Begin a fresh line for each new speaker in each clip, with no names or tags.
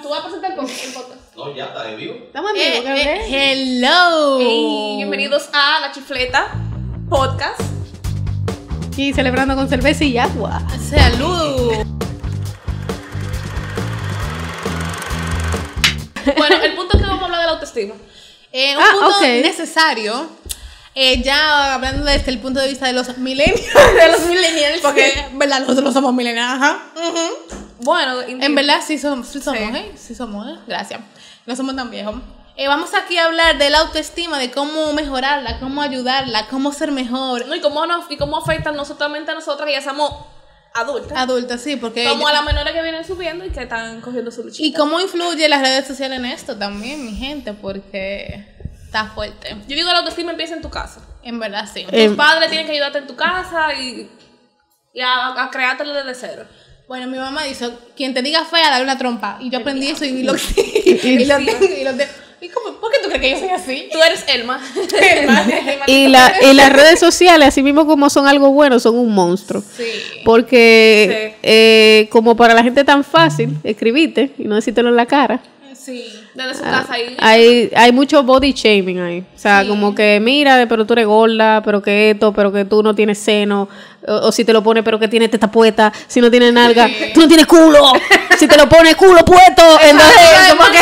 Tú vas a presentar el podcast. el podcast.
No, ya está de vivo.
Estamos en
Eh,
vivo, Gabriel.
eh,
hello.
Ey, bienvenidos a La Chifleta Podcast.
Y celebrando con cerveza y agua.
Salud. Bueno, el punto es que vamos a hablar de la autoestima.
Eh, un
Ah,
punto
ok.
necesario, eh, ya hablando desde el punto de vista de los millennials, de los millennials, porque en verdad nosotros no somos millennials, ajá.
Bueno,
En verdad sí somos, sí somos,
Sí.
¿eh? Sí somos, ¿eh? Gracias. No somos tan viejos. Eh, vamos aquí a hablar de la autoestima, de cómo mejorarla, cómo ayudarla, cómo ser mejor.
¿no? ¿Y cómo, nos, y cómo afecta no solamente a nosotras que ya somos adultas,
Adulta, sí, porque...
como
ya-
a las menores que vienen subiendo y que están cogiendo su luchita.
y cómo influye las redes sociales en esto también, mi gente, porque está fuerte.
Yo digo, la autoestima empieza en tu casa.
En verdad, sí.
Eh,
Tus padres tienen que ayudarte en tu casa y, y a, a creártelo desde cero.
Bueno, mi mamá dice, quien te diga fea, dale una trompa. Y yo aprendí eso y lo y lo tengo, y lo tengo. ¿Y cómo? ¿Por qué tú crees que yo soy así?
Tú eres Elma.
Y, la, y las redes sociales, así mismo como son algo bueno, son un monstruo.
Sí.
Porque eh, como para la gente tan fácil, escribiste y no decírtelo en la cara.
Sí.
Desde
Ah.
su casa ahí.
Hay, hay mucho body shaming ahí. O sea, como que mira, pero tú eres gorda, pero que esto, pero que tú no tienes seno. O, o si te lo pones, pero que tienes teta puesta. Si no tienes nalga, tú no tienes culo. si te lo pones, culo puesto. Entonces, como que.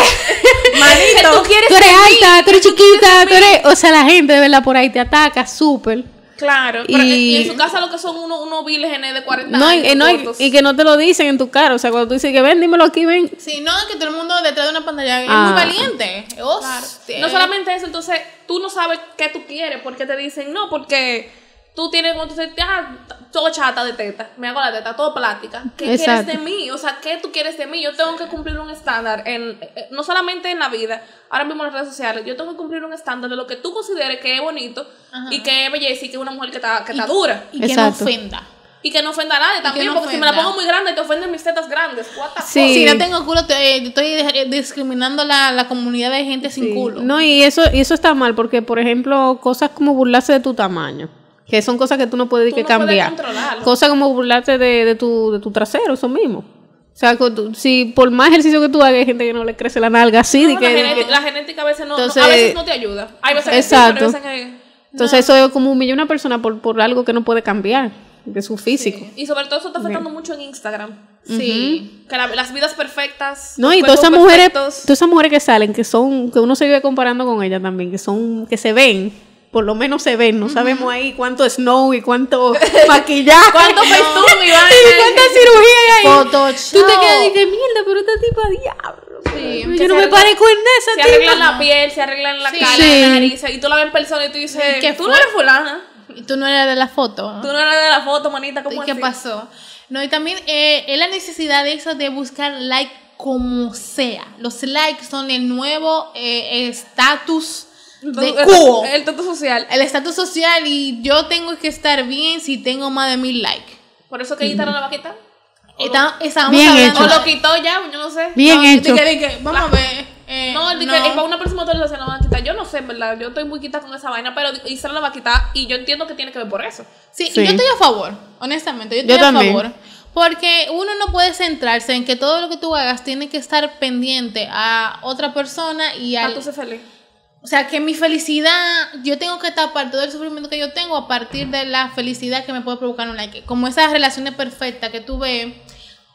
Manito.
tú, eres alta, tú eres chiquita, tú eres. O sea, la gente de verdad por ahí te ataca súper.
Claro. pero
Y-
y en su casa lo que son unos unos vírgenes de 40
No,
años.
y, no, y,
cortos.
y que no te lo dicen en tu cara. O sea, cuando tú dices que ven, dímelo aquí, ven.
Sí, no, que todo el mundo detrás de una pantalla
Ah.
es muy valiente. Hostia.
Eh, No solamente eso, entonces tú no sabes qué tú quieres porque te dicen no, porque tú tienes como tú dices, ah, todo chata de teta, me hago la teta, todo plástica. ¿Qué
Exacto.
quieres de mí? O sea, ¿qué tú quieres de mí? Yo tengo que cumplir un estándar, en, eh, no solamente en la vida, ahora mismo en las redes sociales, yo tengo que cumplir un estándar de lo que tú consideres que es bonito y que es belleza y que es una mujer que está, que está dura.
Y que
Exacto.
no ofenda.
Y que no ofenda a nadie también,
no
porque si me la
ofenda.
pongo muy grande te ofenden mis tetas grandes. What the
Sí.
Si no tengo culo, te- eh, estoy de- discriminando la, la comunidad de gente sin
Sí.
culo.
No, y eso, y eso está mal, porque, por ejemplo, cosas como burlarse de tu tamaño, que son cosas que tú no puedes
Tú
que
no puedes
cambiar.
controlarlo.
Cosas como burlarte de, de tu, de tu trasero, eso mismo. O sea, cu- tú- si por más ejercicio que tú hagas, hay gente que no le crece la nalga así. de
No,
que-
la,
de
genética,
que-
la genética a veces no, no-
Entonces-
a veces no te ayuda. Hay veces que sí,
Exacto.
pero hay veces que-
entonces, eso es como humillar a una persona por, por algo que no puede cambiar, de su físico.
Y sobre todo eso está afectando mucho en Instagram.
Sí.
Que la- las vidas perfectas.
No, y
los
todas esas
cuerpos
mujeres,
perfectos.
todas esas mujeres que salen, que son, que uno se vive comparando con ellas también, que son, que se ven, por lo menos se ven, no sabemos ahí cuánto snow y cuánto maquillaje.
¿Cuánto Facebook y vaina?
y cuánta cirugía hay ahí.
Photoshop.
Tú te quedas y que mierda, pero esta tipa diablo. pues,
Sí,
que
yo no
se
me
arregla-
parezco en
Se
esa tipa.
arreglan la piel, se arreglan la
Sí.
cara,
Sí.
la nariz. Y tú la ves en persona y tú dices,
¿Y qué
tú
fue?
no eres fulana.
Y tú no eras de la foto. ¿no?
Tú no eres de la foto, manita. ¿Cómo
¿Y qué
así?
pasó? No, y también eh, es la necesidad de eso de buscar like como sea. Los likes son el nuevo eh, estatus de
Entonces,
cubo.
El tonto social.
El estatus social y yo tengo que estar bien si tengo más de mil likes.
Por eso que Instagram la va a quitar. O lo-
Está- Estábamos
Bien
hablando...
O
hecho.
lo quitó ya, yo no sé.
Bien
No,
hecho.
dije, dije, vamos a ver. eh,
No, di que- y para una próxima actualización la van a quitar. Yo no sé, en verdad. Yo estoy muy quita con esa vaina, pero Instagram la va a quitar y yo entiendo que tiene que ver por eso.
Sí, y
Sí.
yo estoy a favor, honestamente, yo
Yo
estoy a
también.
favor. Porque uno no puede centrarse en que todo lo que tú hagas tiene que estar pendiente a otra persona y
Para
al...
tú ser feliz.
O sea, que mi felicidad, yo tengo que tapar todo el sufrimiento que yo tengo a partir de la felicidad que me puede provocar un like. Como esas relaciones perfectas que tú ves.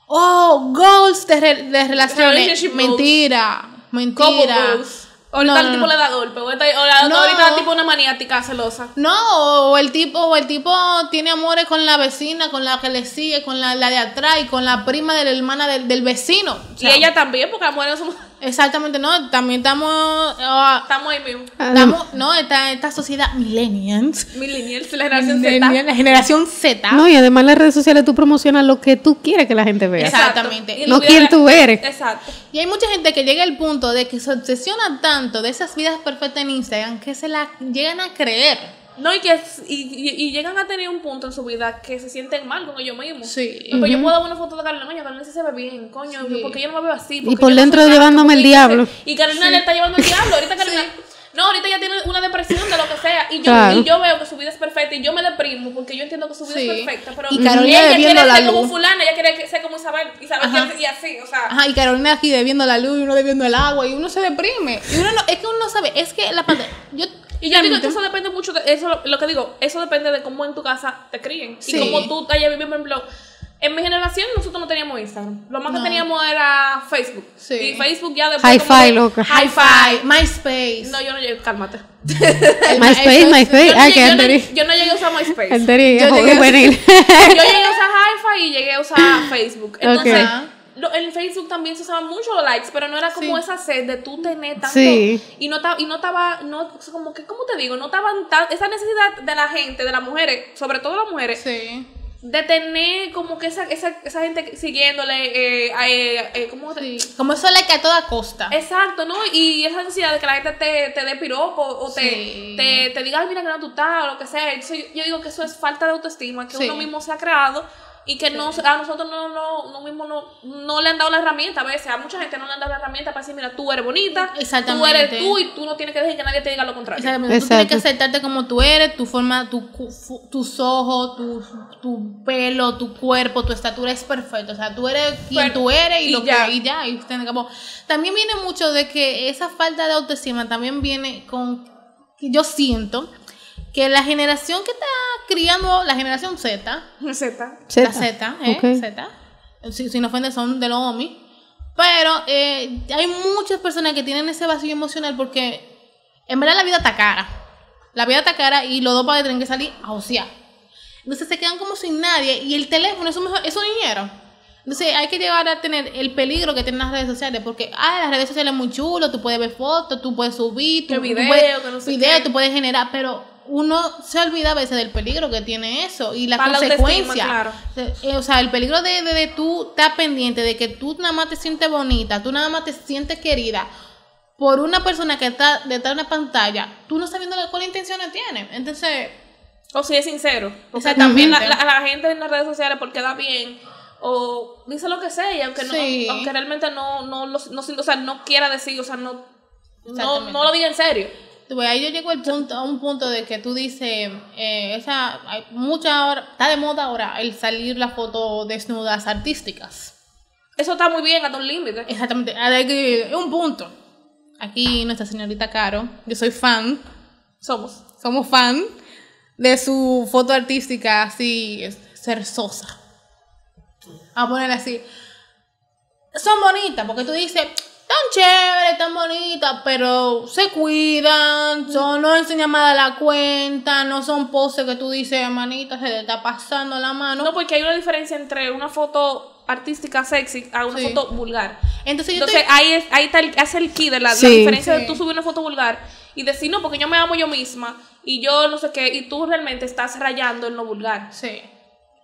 Oh, goals de, re- de relaciones.
Relationship goals.
Mentira,
Como
mentira.
Bruce. Ahorita
No,
el
no,
tipo
no.
le da golpe. O esta- o la-
No.
Ahorita el tipo una maniática celosa.
No, o el tipo, o el tipo tiene amores con la vecina, con la que le sigue, con la, la de atrás y con la prima de la hermana del, del vecino. O sea,
y ella también, porque las mujeres somos-
Exactamente, no, también estamos, ah,
estamos ahí mismo.
estamos, no, esta, esta sociedad millennials.
Millennials, la generación
Millennial,
Z.
La generación Z.
No, y además en las redes sociales tú promocionas lo que tú quieres que la gente vea.
Exacto. Exactamente.
Y
No
hubiera-
quién tú eres.
Exacto.
Y hay mucha gente que llega al punto de que se obsesiona tanto de esas vidas perfectas en Instagram que se la llegan a creer.
No, y que es- y, y- y llegan a tener un punto en su vida que se sienten mal con ellos mismos.
Sí.
Porque yo puedo dar una foto de Carolina, coño, Carolina sí se ve bien, coño, porque yo no me veo así.
Y
porque
por
yo no
dentro
soy tal,
llevándome
porque
el
yo no sé.
diablo.
Y Carolina le está llevando el diablo, ahorita Carolina. No, ahorita ya tiene una depresión de lo que sea. Y yo,
Claro.
y yo veo que su vida es perfecta y yo me deprimo porque yo entiendo que su vida
Sí.
es perfecta. Pero
Y Carolina
ella quiere
debiendo la
ser como
luz.
fulana, ella quiere que- ser como Isabel. Isabel
Ajá.
quiere- y así, o sea.
Ajá, y Carolina aquí debiendo la luz y uno debiendo el agua y uno se deprime. Y uno no, es que uno no sabe, es que la pantalla.
Y
Yo,
yo digo que
realmente-
eso depende mucho, de, eso lo- lo que digo, eso depende de cómo en tu casa te críen
Sí.
y cómo tú te hayas vivido, por ejemplo, en mi generación nosotros no teníamos Instagram, lo más
No.
que teníamos era Facebook.
Sí.
Y Facebook ya después...
Hi-Fi,
como que-
loca.
Hi-Fi.
MySpace.
No, yo no llegué, cálmate.
MySpace, MySpace.
Yo no
Ay, Ah, que
llegué- yo no-
Anthony.
yo no llegué a usar MySpace.
Anthony,
Yo llegué-
juvenil.
yo llegué a usar hi-fi y llegué a usar Facebook. Entonces,
Ajá.
lo- en Facebook también se usaban mucho los likes, pero no era como
Sí.
esa sed de tú tener tanto.
Sí.
Y no ta- y no estaba, no, o sea, como que, ¿cómo te digo? No estaban tan, esa necesidad de la gente, de las mujeres, sobre todo las mujeres,
Sí.
de tener como que esa, esa, esa gente siguiéndole, eh, a- eh, eh, ¿cómo te-
Sí. Como eso le cae a toda costa.
Exacto, ¿no? Y esa necesidad de que la gente te, te dé piropo o te,
Sí.
te, te diga, "Ay, mira que no tú estás o lo que sea. Entonces, yo, yo digo que eso es falta de autoestima que
Sí.
uno mismo se ha creado y que no, a nosotros no, no, no mismo no, no le han dado la herramienta. A veces a mucha gente no le han dado la herramienta para decir, mira, tú eres bonita, tú
Exactamente.
eres tú y tú no tienes que dejar que nadie te diga lo contrario.
Exactamente. Tú tienes
Exacto.
que aceptarte como tú eres, tu forma, tu, cu- fu- tus ojos, tu, tu pelo, tu cuerpo, tu estatura es perfecto. O sea, tú eres quien
Pero-
tú eres y,
y
lo
ya.
que y ya. Y usted acabó. También viene mucho de que esa falta de autoestima también viene con que yo siento que la generación que está criando, la generación Z,
Zeta.
la Z, ¿eh?
Ok.
Z. Si, si no ofende, son de los homies. Pero eh, hay muchas personas que tienen ese vacío emocional porque en verdad la vida está cara. La vida está cara y los dos padres tienen que salir a ociar. Entonces se quedan como sin nadie y el teléfono es un, mejor, es un dinero. Entonces hay que llegar a tener el peligro que tienen las redes sociales porque ah, las redes sociales es muy chulo, tú puedes ver fotos, tú puedes subir, tú,
Que
tú
video,
puedes,
que no sé
video,
qué.
tú puedes generar, pero uno se olvida a veces del peligro que tiene eso y la
Para la autoestima,
consecuencia.
claro.
Eh, O sea, el peligro de, de, de tú estar pendiente, de que tú nada más te sientes bonita, tú nada más te sientes querida por una persona que está detrás de una pantalla, tú no sabiendo cuál intención tiene. Entonces,
O si es sincero. Porque
Exactamente.
también la, la- la gente en las redes sociales porque da bien o dice lo que sea y aunque, no,
Sí.
aunque realmente no, no, lo- no, o sea, no quiera decir, o sea, no, no,
Exactamente.
no lo diga en serio.
tú ves, ahí yo llego al punto, a un punto de que tú dices, eh, esa, hay mucha hora, está de moda ahora el salir las fotos desnudas artísticas.
Eso está muy bien, hasta un límite.
Exactamente. A ver, que- Es un punto. Aquí nuestra señorita Caro, yo soy fan,
Somos.
somos fan de su foto artística así, es- cerzosa. Vamos a ponerla así. Son bonitas, porque tú dices, tan chévere, tan bonita, pero se cuidan, son, no enseñan más de la cuenta, no son poses que tú dices, manita, se le está pasando la mano.
No, pues, porque hay una diferencia entre una foto artística sexy a una
Sí.
foto vulgar.
Entonces yo
Entonces
estoy-
ahí, es, ahí está el, hace el key de la, la
Sí.
diferencia
Sí.
de tú subir una foto vulgar y decir, no, porque yo me amo yo misma y yo no sé qué, y tú realmente estás rayando en lo vulgar.
Sí.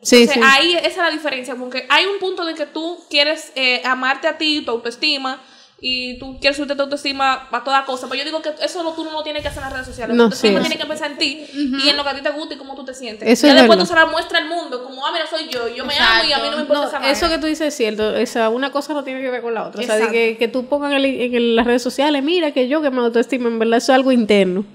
Sí, sí.
Entonces, ah, ahí esa es la diferencia, porque hay un punto en que tú quieres eh, amarte a ti, tu autoestima, y tú quieres subirte tu autoestima a toda cosa. Pero yo digo que eso no, tú no lo tienes que hacer en las redes sociales.
No,
tú
sí.
siempre tienes que pensar en ti y en lo que a ti te gusta y cómo tú te sientes.
Eso
ya
es
después
verdad.
tú se la muestra al mundo, como, ah, mira, soy yo, yo me amo y a mí no me importa
No,
esa
eso
vaina.
que tú dices es cierto. O sea, una cosa no tiene que ver con la otra. O sea, de
Exacto.
que, que tú pongas en, el- en el- las redes sociales, mira que yo que me autoestima, en verdad eso es algo interno.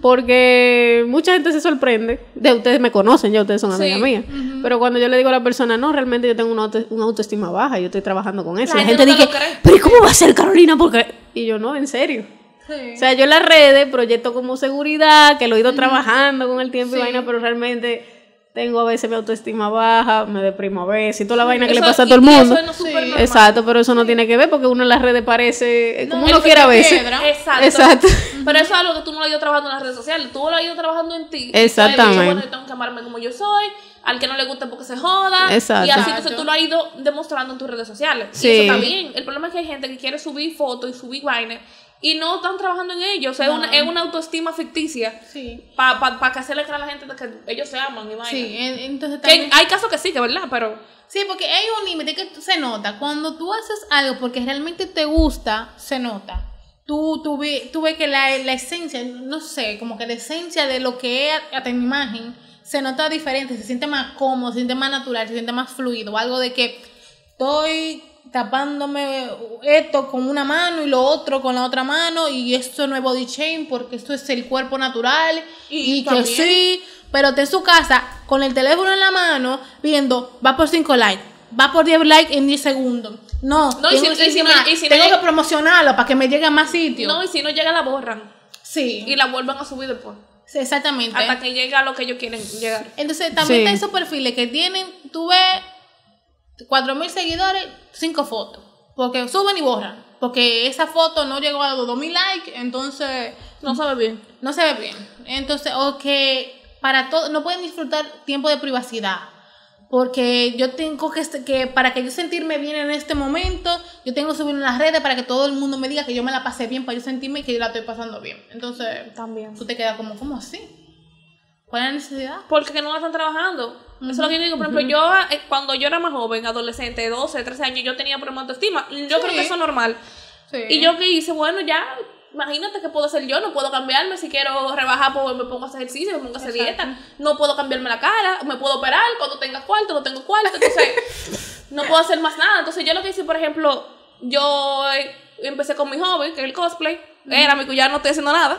Porque mucha gente se sorprende. De ustedes me conocen, ya ustedes son
Sí,
amigas mías. Pero cuando yo le digo a la persona, no, realmente yo tengo una, auto- una autoestima baja, yo estoy trabajando con eso.
La
La,
gente
gente,
no te
dice,
lo cree.
pero ¿y cómo va a ser Carolina? Porque... Y yo, no, en serio.
Sí.
O sea, yo en las redes proyecto como seguridad, que lo he ido trabajando con el tiempo y vaina, pero realmente tengo a veces mi autoestima baja, me deprimo a veces y toda la vaina que
Eso-
le pasa a
y-
todo el
y
mundo.
eso es no súper normal.
Exacto, pero eso no tiene que ver porque uno en las redes parece eh, como
No,
uno
el que
quiera a
te
veces.
piedra.
Exacto.
Exacto.
Pero eso es algo que tú no lo has ido trabajando en las redes sociales, tú lo has ido trabajando en ti.
Exactamente.
Y tú has dicho, bueno, yo tengo que amarme como yo soy, al que no le gusta porque se joda.
Exacto.
Y así
Exacto.
entonces tú lo has ido demostrando en tus redes sociales.
Sí.
Y eso está bien. El problema es que hay gente que quiere subir fotos y subir vainas y no están trabajando en ellos. O sea, es, una, es una autoestima ficticia
Sí.
para pa, pa que hacerle creer a la gente de que ellos se aman y vaina.
Sí, en- entonces
Que
también-
hay casos que sí, que verdad, pero
Sí, porque hay un límite que se nota. Cuando tú haces algo porque realmente te gusta, se nota. Tú, tú, ve- tú ves que la, la esencia, no sé, como que la esencia de lo que es a tu imagen se nota diferente, se siente más cómodo, se siente más natural, se siente más fluido. Algo de que estoy tapándome esto con una mano y lo otro con la otra mano y esto no es body shame porque esto es el cuerpo natural
Y
y, que
también-
sí, pero está en su casa con el teléfono en la mano viendo va por 5 likes, va por 10 likes en 10 segundos. No,
No, y si-
tengo, que
y si no-
más,
y si no
tengo
llega-
que promocionarlo para que me llegue a más sitios.
No, y si no llega, la borran.
sí,
Y la vuelven a subir después.
sí, exactamente.
Hasta que llega a lo que ellos quieren llegar.
Entonces, también
Sí.
está esos perfiles que tienen, tú ves 4.000 seguidores, 5 fotos. Porque suben y borran. Porque esa foto no llegó a los 2.000 likes, entonces
No sabe bien.
no se ve bien. Entonces, o que para todo, no pueden disfrutar tiempo de privacidad. Porque yo tengo que, est- que, para que yo sentirme bien en este momento, yo tengo que subir en las redes para que todo el mundo me diga que yo me la pasé bien, para yo sentirme que yo la estoy pasando bien. Entonces,
También.
tú te quedas como, ¿cómo así? ¿Cuál es la necesidad?
Porque que no la están trabajando. Eso es lo que yo digo. Por ejemplo, yo eh, cuando yo era más joven, adolescente, 12, 13 años, yo tenía problemas de autoestima. Yo creo
Sí.
que eso es normal.
Sí.
Y yo que hice, bueno, ya, imagínate que puedo hacer yo, no puedo cambiarme, si quiero rebajar, pues me pongo a hacer ejercicio, me pongo a hacer dieta, no puedo cambiarme la cara, me puedo operar, cuando tenga cuarto, no tengo cuarto, entonces no puedo hacer más nada. Entonces yo lo que hice, por ejemplo, yo eh, empecé con mi hobby, que es el cosplay, era mi ya no estoy haciendo nada.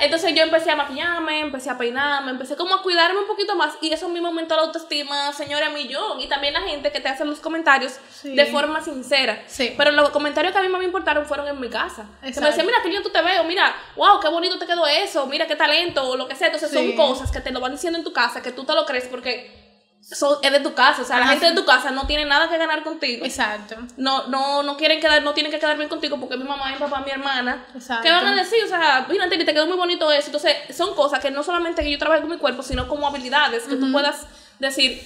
Entonces yo empecé a maquillarme, empecé a peinarme, empecé como a cuidarme un poquito más y eso mismo aumentó la autoestima, señora millón, y también la gente que te hace los comentarios
Sí.
de forma sincera.
Sí.
Pero los comentarios que a mí más me importaron fueron en mi casa. Que
Exacto.
me decían, mira, que yo tú te veo, mira, wow, qué bonito te quedó eso, mira, qué talento, o lo que sea. Entonces
Sí.
son cosas que te lo van diciendo en tu casa, que tú te lo crees porque son, es de tu casa. O sea, la
Ajá.
gente de tu casa no tiene nada que ganar contigo.
Exacto.
No, no, no quieren quedar, no tienen que quedar bien contigo porque mi mamá, mi papá, mi hermana.
Exacto.
¿Qué van a decir? O sea, mira, Anteli, te quedó muy bonito eso. Entonces, son cosas que no solamente que yo trabaje con mi cuerpo, sino como habilidades que tú puedas decir,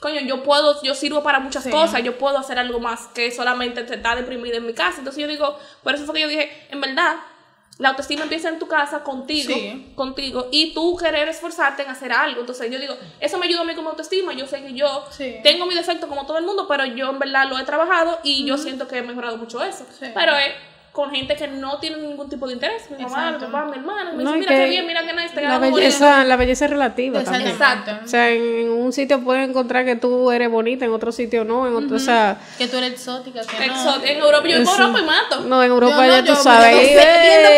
coño, yo puedo, yo sirvo para muchas
Sí.
cosas, yo puedo hacer algo más que solamente te está deprimida en mi casa. Entonces, yo digo, por eso fue que yo dije, en verdad, la autoestima empieza en tu casa contigo,
Sí.
contigo, y tú querer esforzarte en hacer algo. Entonces, yo digo, eso me ayuda a mí como autoestima. Yo sé que yo
Sí.
tengo mi defecto como todo el mundo, pero yo en verdad lo he trabajado y yo siento que he mejorado mucho eso.
Sí.
Pero es con gente que no tiene ningún tipo de interés. Mi mamá, mi
Exacto.
papá, mi hermana. Me
No,
dice,
y
mira qué
que
bien, mira qué nice. Te
La
quedó muy
belleza, la belleza es relativa también.
Exacto.
O sea, en, en un sitio puedes encontrar que tú eres bonita, en otro sitio no, en otro, o sea,
Que tú eres exótica. Que
bonito.
no.
Exo- En Europa yo
Eso.
por Europa y mato.
no, en Europa
Yo no,
ya
yo
tú
me
sabes.
lo sé,
¡ey!
viendo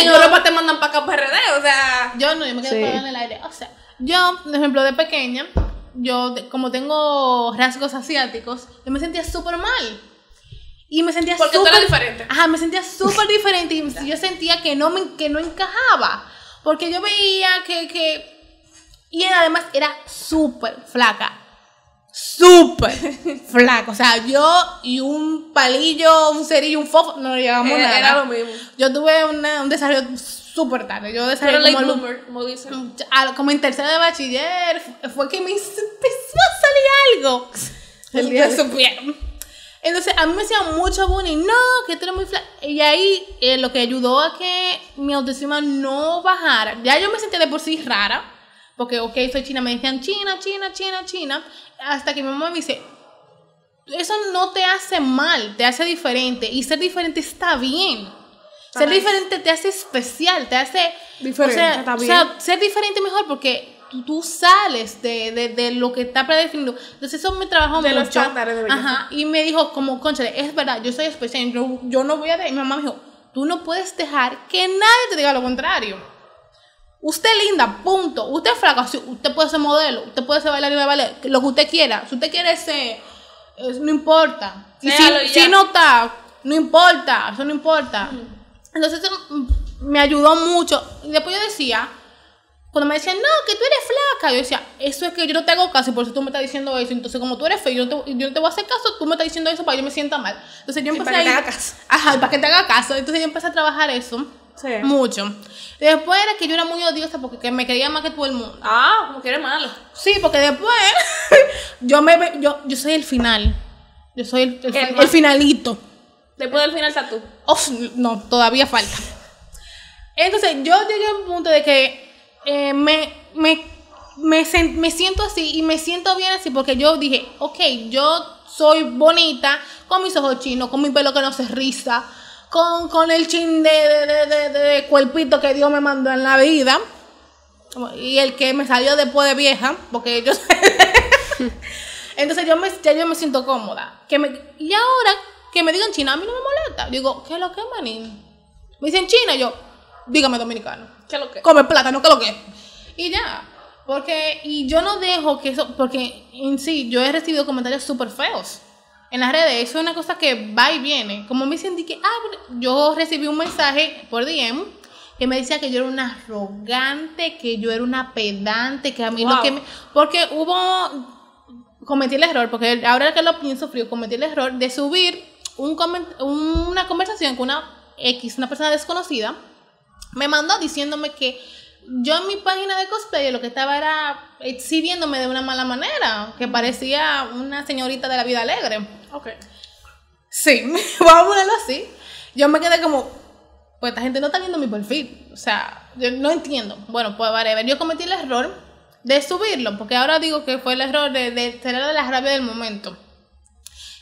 En Europa te mandan para acá PRD, o sea.
Yo no, yo me quedo
Sí.
parada en el aire. O sea, yo, por ejemplo, de pequeña, yo, de- como tengo rasgos asiáticos, yo me sentía súper mal. Y me sentía
Porque tú
súper-
eres diferente.
Ajá, me sentía súper diferente y yo sentía que no, me, que no encajaba. Porque yo veía que, que... Y además era súper flaca. Súper flaca. O sea, yo y un palillo, un cerillo, un fofo, no llevábamos
Era,
nada.
era lo mismo.
Yo tuve una- un desarrollo súper tarde. Yo
Pero
desarrollé
late
como, a los-
bloomer, como dicen.
a- como en tercero de bachiller. fu- Fue que me hizo- empezó a salir algo.
Salía
Ustedes supieron. Entonces, a mí me hacían mucho bullying. No, que tú eres muy flaca. Y ahí eh, lo que ayudó a que mi autoestima no bajara. Ya yo me sentía de por sí rara. Porque, ok, soy china. Me decían china, china, china, china. Hasta que mi mamá me dice, eso no te hace mal, te hace diferente. Y ser diferente está bien. Ser
Ajá.
diferente te hace especial, te hace...
Diferente,
o sea,
está
o sea,
bien.
ser diferente mejor porque tú, tú sales de, de, de lo que está predefinido. Entonces eso me trabajó
De los
mucho.
estándares de belleza.
Ajá, y me dijo como, conchale, es verdad, yo soy especial, yo, yo no voy a... de-". Y mi mamá me dijo, tú no puedes dejar que nadie te diga lo contrario. Usted es linda, punto. Usted es flaca, sí, usted puede ser modelo, usted puede ser bailarina de ballet, lo que usted quiera. Si usted quiere ser, es- no importa. Y si,
Déjalo y ya.
si no está, no importa, eso no importa. Entonces eso mm, me ayudó mucho. Y después yo decía, cuando me decían, no, que tú eres flaca, yo decía, eso es que yo no te hago caso y por eso tú me estás diciendo eso. Entonces, como tú eres feo, yo no te, yo no te voy a hacer caso, tú me estás diciendo eso para que yo me sienta mal. Entonces, yo
Y
empecé
para que te
a ir-
haga caso.
Ajá, y para que te haga caso. Entonces, yo empecé a trabajar eso
Sí.
mucho. Y después era que yo era muy odiosa porque que me creía más que todo el mundo.
Ah, como que eres malo.
Sí, porque después yo me ve- yo, yo soy el final. Yo soy el, el-
El
el
más.
finalito.
Después del final está tú.
Oh, no, todavía falta. Entonces, yo llegué a un punto de que eh, me, me, me, sen- me siento así y me siento bien así porque yo dije, ok, yo soy bonita con mis ojos chinos, con mi pelo que no se riza, con, con el chin de, de, de, de- de cuerpito que Dios me mandó en la vida y el que me salió después de vieja, porque yo Entonces yo me, ya yo me siento cómoda. Que me, y ahora que me digan China, a mí no me molesta. Digo, ¿qué es lo que, manín? Me dicen China, yo, dígame dominicano.
¿Qué es lo que?
Come plátano, ¿qué es lo que? es? Y ya. Porque, y yo no dejo que eso, porque en sí, yo he recibido comentarios súper feos en las redes. Eso es una cosa que va y viene. Como me dicen, de que, ah, yo recibí un mensaje por DM que me decía que yo era una arrogante, que yo era una pedante, que a mí lo
Wow.
que me. Porque hubo. Cometí el error, porque ahora que lo pienso frío, cometí el error de subir un comen- una conversación con una X, una persona desconocida me mandó diciéndome que yo en mi página de cosplay lo que estaba era exhibiéndome de una mala manera, que parecía una señorita de la vida alegre.
Ok.
Sí, vamos a ponerlo así. Yo me quedé como, pues esta gente no está viendo mi perfil. O sea, yo no entiendo. Bueno, pues whatever. Yo cometí el error de subirlo, porque ahora digo que fue el error de, de tener la rabia del momento.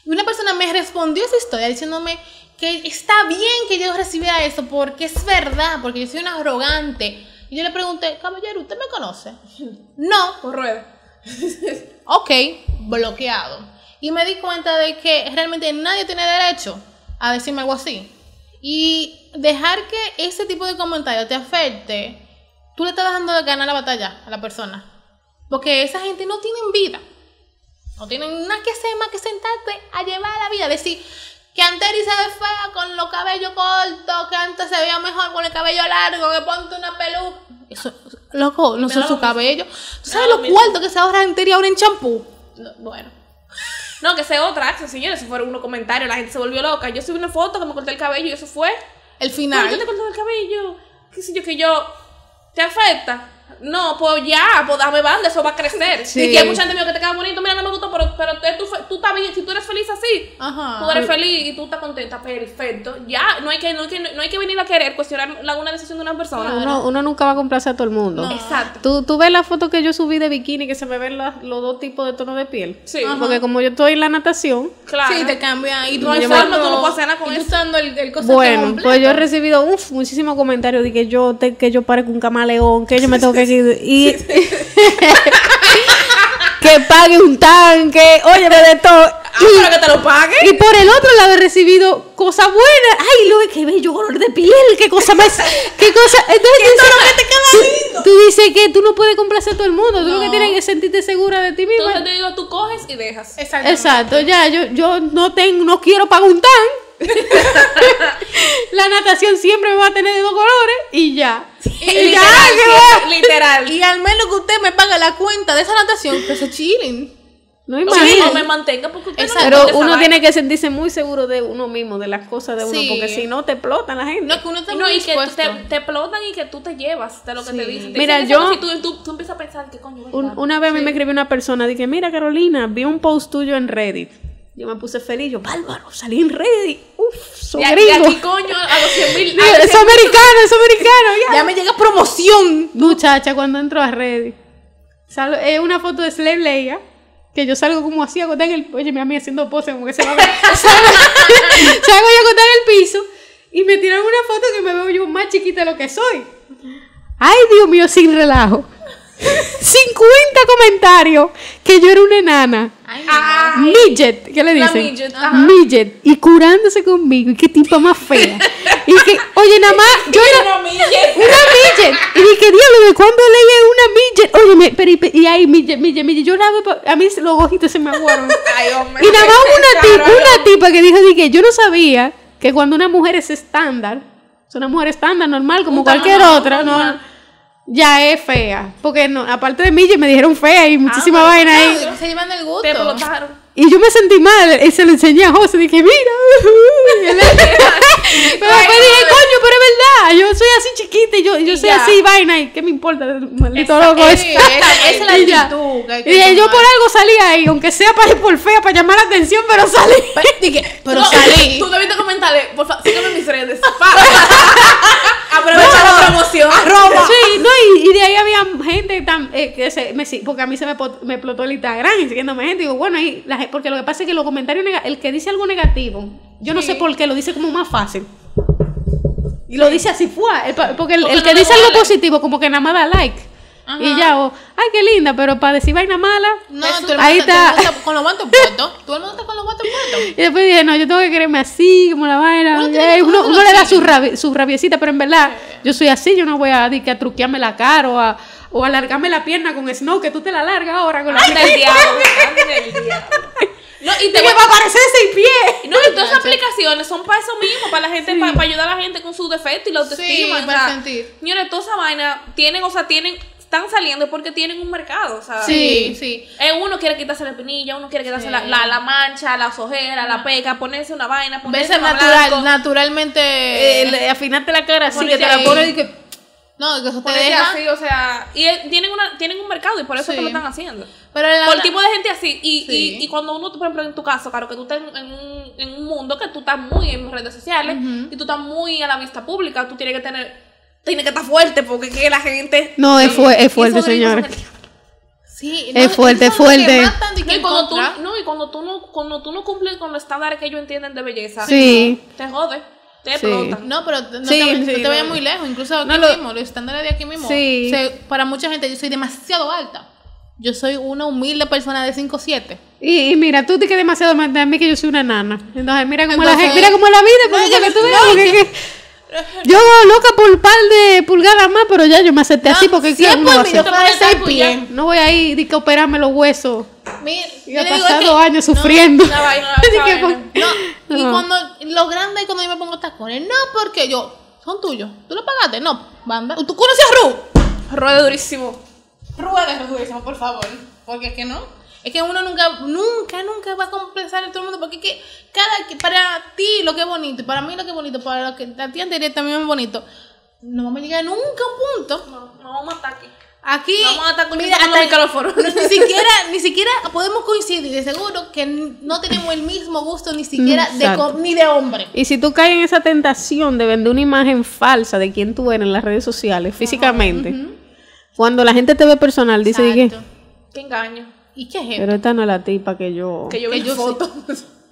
Y una persona me respondió esa historia diciéndome que está bien que yo recibiera eso, porque es verdad, porque yo soy una arrogante. Y yo le pregunté, caballero, ¿usted me conoce? No,
Por rueda.
ok, bloqueado. Y me di cuenta de que realmente nadie tiene derecho a decirme algo así. Y dejar que ese tipo de comentario te afecte, tú le estás dejando de ganar la batalla a la persona. Porque esa gente no tienen vida. No tienen nada que hacer más que sentarte a llevar la vida. Decir que Anteri se ve fea con los cabellos cortos, que antes se veía mejor con el cabello largo, que ponte una peluca. Eso, loco, no son
da
su
lo mismo.
cabello. ¿Tú sabes
da
lo
lo mismo.
cuarto que se ahorra Anteri ahora en champú? No, bueno.
No, que sea otra acción, señores. Si fueron unos comentarios, la gente se volvió loca. Yo subí una foto que me corté el cabello y eso fue.
El
¿Por
final.
qué te cortaste el cabello? ¿Qué sé yo? Que yo. ¿Te afecta? No, pues ya, pues dame banda, eso va a crecer.
Sí.
Y que hay mucha gente me dijo que te queda bonito, mira, no me gustó, pero, pero te- tú, fe- tú estás bien, si tú eres feliz así,
Ajá.
tú eres feliz y tú estás contenta, perfecto. Ya, no hay que, no hay que, no hay que venir a querer cuestionar la- una decisión de una persona.
Uno, uno nunca va a complacer a todo el mundo.
Exacto.
¿Tú, tú ves la foto que yo subí de bikini que se me ven las- los dos tipos de tono de piel.
Sí.
Porque como yo estoy en la natación,
Claro.
Sí, te cambia. Y tú
No hay
usando-
forma, tú no puedes hacer nada con
y tú
eso.
usando el, el coso
bueno,
completo.
pues yo he recibido uf, muchísimos comentarios de que yo, te- que yo parezco un camaleón, que yo me tengo que ir y que pague un tanque, oye, de todo.
Ah, pero que te lo pague.
Y por el otro lado he recibido cosas buenas. Ay, lo que bello color de piel, qué cosa más, qué cosa. Entonces, tú dices, tú, tú dices que tú no puedes complacer a todo el mundo, tú lo que
No.
tienes que sentirte segura de ti misma.
Entonces te digo, tú coges y dejas.
Exacto.
Exacto, ya, yo, yo no tengo, no quiero pagar un tan. La natación siempre me va a tener de dos colores y ya. Y, ya, ¿qué va?
literal, literal.
Y al menos que usted me pague la cuenta de esa natación, que se chillen.
No
O me- o me
imagino.
mantenga porque usted no
Exacto.
me
Pero
contesta,
uno
vaya.
tiene que sentirse muy seguro de uno mismo, de las cosas de uno,
Sí.
porque si no te explotan la gente.
No, que uno está
No,
muy
y que tú
dispuesto.
te, te explotan y que tú te llevas de lo que te dicen. Te
Mira,
dicen eso,
yo-
y tú, tú, tú empiezas a pensar, ¿qué coño? es
Un-
verdad?
una vez a mí me escribió una persona, dije, mira Carolina, vi un post tuyo en Reddit. Yo me puse feliz, yo, bárbaro, salí en Reddit. Uf, soy
de, aquí- de
gringo. Ah,
aquí, coño, a los 100 mil.
Digo, es americano, es americano, ya.
Ya me llega promoción.
Muchacha, cuando entro a Reddit, salo- es una foto de Slave Leia, que yo salgo como así, agotada en el... Oye, mira a mí haciendo pose, como que se va a ver. salgo, salgo yo agotada en el piso y me tiran una foto que me veo yo más chiquita de lo que soy. Ay, Dios mío, sin relajo. 50 comentarios que yo era una enana.
Ay,
Ah,
Midget, ¿qué le
La
dicen?
midget,
midget,
ajá.
y curándose conmigo, y qué tipa más fea. Y que, oye, nada más, yo era
no, mille.
una midget. Y dije, diablo, ¿de cuándo leí una midget? Oye, me- pero, y- y ahí, midget, midget, midget, yo la veo, pa- a mí los ojitos se me aguaron.
Ay, hombre.
Y nada más hubo una,
Claro,
tipa, una tipa que dijo, dije, yo no sabía que cuando una mujer es estándar, es una mujer estándar, normal, como
Un
cualquier
tamaño
otra,
normal.
no, ya es fea. Porque no, aparte de midget me dijeron fea y muchísima
pero
vaina ahí.
no, se llevan el gusto.
Te explotaron.
Y yo me sentí mal, y se lo enseñé a José, dije, mira. Y él- Pero después dije, coño, pero es verdad, yo soy así chiquita, y yo, yo soy
Ya.
así, vaina, y qué me importa, maldito
Esa-
loco.
eh, esa- esa es la
Y ya.
actitud que hay que
Y dije, yo
tomar.
por algo salí ahí, aunque sea para ir por fea, para llamar la atención, pero salí.
Dije, pero
No,
salí.
Tú debiste comentarle, por favor, sígueme en mis redes. Pa. Aprovecha la promoción.
Sí, no, y, y de ahí había gente tan, eh, que se, me, sí, porque a mí se me, pot- me explotó el Instagram y siguiéndome gente. Digo, bueno, ahí, la gen- porque lo que pasa es que los comentarios, nega- el que dice algo negativo, yo no sé por qué, lo dice como más fácil. Y lo dice así, fue Porque el,
Porque
el
no
que
le
dice algo
duele.
positivo, como que nada más da like.
Ajá.
Y ya, o, ay, qué linda, pero para decir vaina mala,
No,
Eso-
todo el mundo
ahí
todo el
está.
mundo con los guantes puestos. Todo el mundo está con los guantes puestos.
Y después dije, no, yo tengo que quererme así, como la vaina.
Uno
Ey, Uno,
tiene- uno
uno
tiene
le da
los
su, rabi- su rabiecita, pero en verdad, yo soy así, yo no voy a, di que a truquearme la cara o a, o a alargarme la pierna con snow, que tú te la alargas ahora con la
Anda el diablo, anda el diablo. No, y te
me
voy-
va a parecer sin pie.
No, y todas esas aplicaciones son para eso mismo, para la gente, para, ayudar a la gente con su defecto y la autoestima.
Sí,
o
para
sea,
sentir.
Señores, toda esa vaina tienen, o sea, tienen, están saliendo porque tienen un mercado, o sea.
Sí, sí.
eh, uno quiere quitarse la espinilla, uno quiere quitarse
Sí. Ah.
la, la, la mancha, la ojeras, la peca, ponerse una vaina, ponerse
Verse
una
natural,
blanco. Eh,
naturalmente.
afinarte la cara así, que te la
ahí.
pones y que...
no, que eso te
ponerse
deja.
así, o sea, y eh, tienen, una, tienen un mercado y por eso es que
Sí.
lo están haciendo.
Pero la,
Por el tipo de gente así. Y,
Sí.
y, y cuando uno, por ejemplo, en tu caso, claro, que tú estás en, en un, en un mundo que tú estás muy en redes sociales y tú estás muy a la vista pública, tú tienes que tener. Tienes que estar fuerte porque que la gente.
No, es, fu- es
Y
fuerte,
esos gringos
señores.
son que-
sí,
es fuerte,
esos son los que
fuerte.
matan de que
No, y
en
cuando tú,
contra.
no, y cuando tú no, cuando tú no cumples con los estándares que ellos entienden de belleza,
Sí.
te jode, te
Sí.
explotan.
No, pero no
Sí,
te, vayas- no
sí,
te
no.
vayas muy lejos, incluso aquí
No, lo-
mismo, los estándares de aquí mismo.
Sí.
O sea, para mucha gente yo soy demasiado alta. Yo soy una humilde persona de 5'7".
Y, y mira, tú te quedas demasiado más de mí que yo soy una nana. Entonces, mira cómo, la,
Entonces-
gente- mira cómo la vida, porque
No,
para que
yo-
tú veas,
no,
porque es que- yo loca por un par de pulgadas más, pero ya yo me acepté así, porque
si
¿qué
es
uno
por
va a
mí,
hacer?
yo fuera de seis pies.
No voy ahí de que operarme los huesos.
Mira,
Y
yo
he
le digo, es
pasado
que-
años
no,
sufriendo.
una vaina, una
Así que
vaina.
pues-
No, y
No.
cuando lo grande es cuando yo me pongo tacones, no, porque yo, son tuyos, tú lo pagaste, no, banda. ¿Tú conoces a Ru?
Rueda durísimo.
Rueda es durísimo, por favor, porque es que no. Es que uno nunca, nunca, nunca va a compensar a todo el mundo, porque es que cada, que- para ti lo que es bonito, y para mí lo que es bonito, para lo que a ti anterior también es bonito, no vamos a llegar nunca a un punto.
No, no vamos a estar aquí.
Aquí,
No vamos a estar
mira,
conectando
hasta-
micrófono.
no, ni siquiera, ni siquiera podemos coincidir, de seguro que n- no tenemos el mismo gusto ni siquiera de
Exacto.
co- ni de hombre.
Y si tú caes en esa tentación de vender una imagen falsa de quién tú eres en las redes sociales, físicamente, cuando la gente te ve personal, dice de que,
Exacto.
Qué engaño.
¿Y qué es esto?
pero esta no es la tipa que yo...
Que yo
Que
vi
yo
fotos.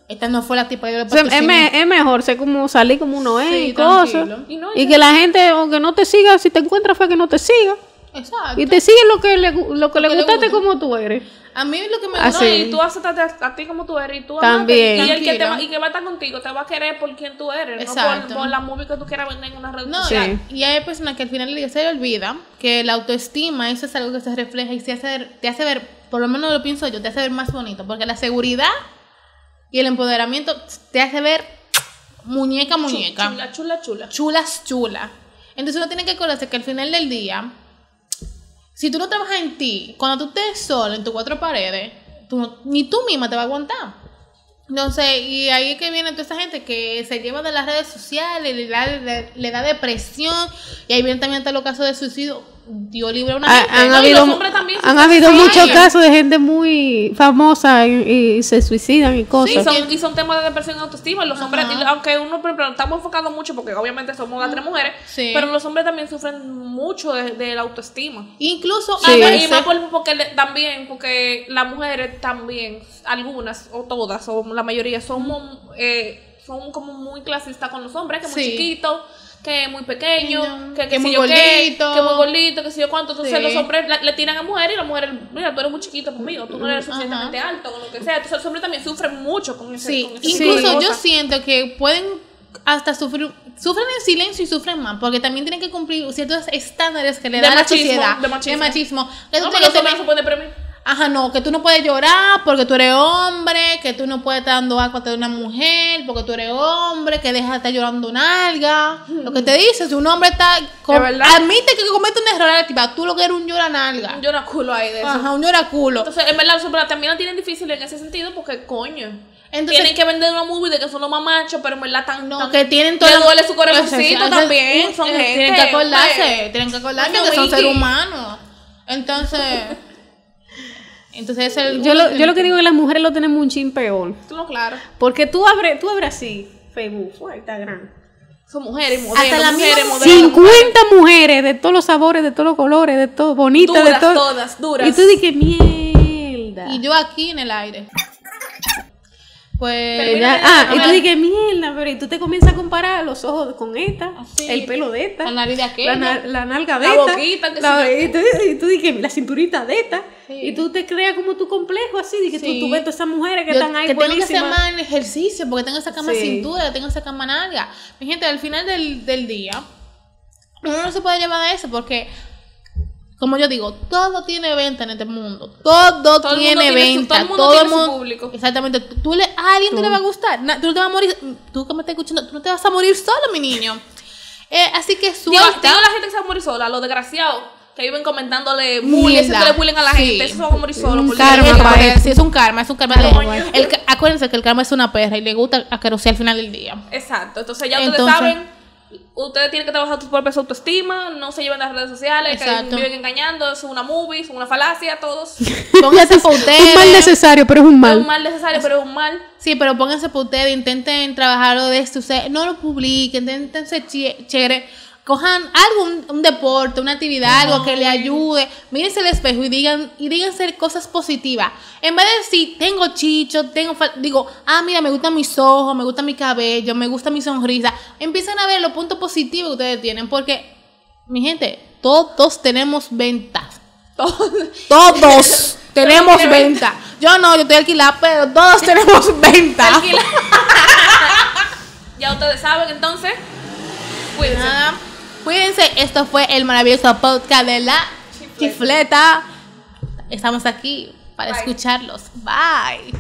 Esta no fue la tipa que yo le
O sea, es,
patrociné.
me- es mejor ser como salir como uno es
Sí,
y cosas.
tranquilo.
Y no,
Y que la gente, aunque no te siga, si te encuentra fue que no te siga.
Exacto.
Y te sigue lo que le, gu- lo que le
que le
gustaste
gusta.
como tú eres.
A mí lo que me
Así.
No,
no,
y tú aceptaste a, a ti como tú eres y tú
También.
amate, y el que te va,
Tranquila.
y que va a estar contigo te va a querer por quien tú eres, no
Exacto.
por, por la movie que tú quieras vender en una red
no,
social.
Sí.
y hay personas que al final del día se le olvida que la autoestima, eso es algo que se refleja y se hace ver- te hace ver, por lo menos lo pienso yo, te hace ver más bonito. Porque la seguridad y el empoderamiento te hace ver muñeca, muñeca.
Chula, chula, chula.
chulas chulas. Entonces uno tiene que acordarse que al final del día, si tú no trabajas en ti, cuando tú estés solo en tus cuatro paredes, tú no- ni tú misma te va a aguantar. Entonces, y ahí es que viene toda esa gente que se lleva de las redes sociales, le da, le, le da depresión, y ahí vienen también hasta los casos de suicidio. Dios libre a una
Ha-
gente.
han
no, y los
habido,
hombres también se
han habido
suicidan.
muchos casos de gente muy famosa y, y se suicidan y
Sí,
cosas.
son, y son temas de depresión y autoestima. y Los hombres, y aunque uno, por ejemplo, estamos enfocados mucho porque obviamente somos las tres mujeres,
Mm. Sí.
pero los hombres también sufren mucho de, de la autoestima.
Incluso
Sí.
a
Y
veces-
más por- porque le- también, porque las mujeres también, algunas o todas, o la mayoría, somos, eh, son como muy clasistas con los hombres, que muy
Sí.
chiquito, que muy pequeño,
Pequeño,
que, que,
que
si
muy
yo qué,
gordito.
que muy gordito, que si yo cuánto. Entonces
Sí.
los hombres la- le tiran a mujeres y las mujeres, mira, tú eres muy chiquito conmigo, tú no eres
Ujú,
suficientemente alto, o lo que sea. Entonces los hombres también sufren mucho con ese
Sí,
con ese tipo de
incluso yo
cosas.
siento que pueden hasta sufrir, sufren en silencio y sufren más, porque también tienen que cumplir ciertos estándares que le
De
da la
machismo,
sociedad.
de machismo.
Que tú
No,
tienes
pero los
que
hombres no se
tener-
pueden premiar.
Ajá, no, que tú no puedes llorar porque tú eres hombre, que tú no puedes estar dando agua a una mujer porque tú eres hombre, que dejas de estar llorando nalga. Lo que te dice, si un hombre está. com-
De verdad.
admite que comete un error, la tipa, tú lo que eres un llora nalga.
Yo no culo ahí de eso.
Ajá, un llora culo.
Entonces, en verdad, los hombres también la tienen difícil en ese sentido porque, coño.
Entonces,
tienen que vender una movie de que son los más machos, pero en verdad tan,
No,
tan-
que tienen
le
la-
duele su corazoncito
Pues, exacto.
también, son
Eh,
gente.
Tienen que acordarse,
hombre.
tienen que acordarse
Coño,
que son
Vicky.
seres humanos. Entonces, entonces es el
Yo, lo, yo lo que digo es que las mujeres lo tenemos un chin peor.
No, claro.
Porque tú abres tú abre así Facebook, fue Instagram.
Son mujeres, modelos,
Hasta la
mujeres,
misma-
modelos.
50 mujeres de todos los sabores, de todos los colores, de todo, bonitas, de
Duras
todo.
todas, duras.
Y tú dices, mierda.
y yo aquí en el aire. Pues.
Termina
Ya-
de-
ah, y
no,
tú
no.
dices, mierda, pero y tú te comienzas a comparar los ojos con esta,
Así.
el pelo de esta,
Ah, La nariz de
la,
aquella.
na- la nalga de
La
esta,
boquita, que
la-
sí,
y, tú, y tú dices, la cinturita de esta,
Sí.
y tú te creas como tu complejo así, de que tú-
Sí.
tú, ves todas esas mujeres que
Yo-
están ahí
que tengo que hacer
buenísimas.
más ejercicio, porque tengo esa cama
Sí.
cintura, que tengo esa cama nalga. Mi gente, al final del, del día, uno no se puede llevar de eso, porque, como yo digo, todo tiene venta en este mundo. Todo,
Todo el mundo
tiene
tiene su-
venta.
todo el mundo tiene su público.
Exactamente. Tú, tú le, a alguien te le va a gustar. Na- tú no te vas a morir. Tú que me estás escuchando, tú no te vas a morir solo, mi niño. Eh, así que
Digo,
suelta.
digo la gente que se va a morir sola, los desgraciados que viven comentándole bullying,
Mierda.
haciéndole bullying a la
Sí.
gente, esos se van a morir solos. por
karma,
Dios.
Es-
pa' él.
sí, es un karma, es un karma.
Coño.
El ca- acuérdense que el karma es una perra y le gusta acariciar al final del día.
Exacto, entonces ya ustedes
Entonces-
saben, ustedes tienen que trabajar tu propia autoestima, no se lleven las redes sociales,
Exacto.
que viven engañando, es una movie, es una falacia, todos. es
Pónganse pa'
un mal
ustedes.
necesario, pero es un
un
mal.
mal necesario, pero es un mal.
Sí, pero pónganse para ustedes, intenten trabajarlo de esto, ustedes no lo publiquen, intenten ser chi- chévere, cojan algo, un, un deporte, una actividad, algo que le ayude, mírense el espejo y digan, y díganse cosas positivas. En vez de decir, tengo chicho, tengo fal-", digo, ah, mira, me gustan mis ojos, me gusta mi cabello, me gusta mi sonrisa, empiecen a ver los puntos positivos que ustedes tienen, porque, mi gente, todos tenemos ventas.
Todos.
Todos tenemos
Todos tienen
venta. Yo no, yo estoy alquilada, pero todos tenemos venta.
Tranquila. ya ustedes saben, entonces, cuídense.
Nada. Cuídense, esto fue el maravilloso podcast de la
Chifleta.
chifleta. Estamos aquí para
Bye.
escucharlos. Bye.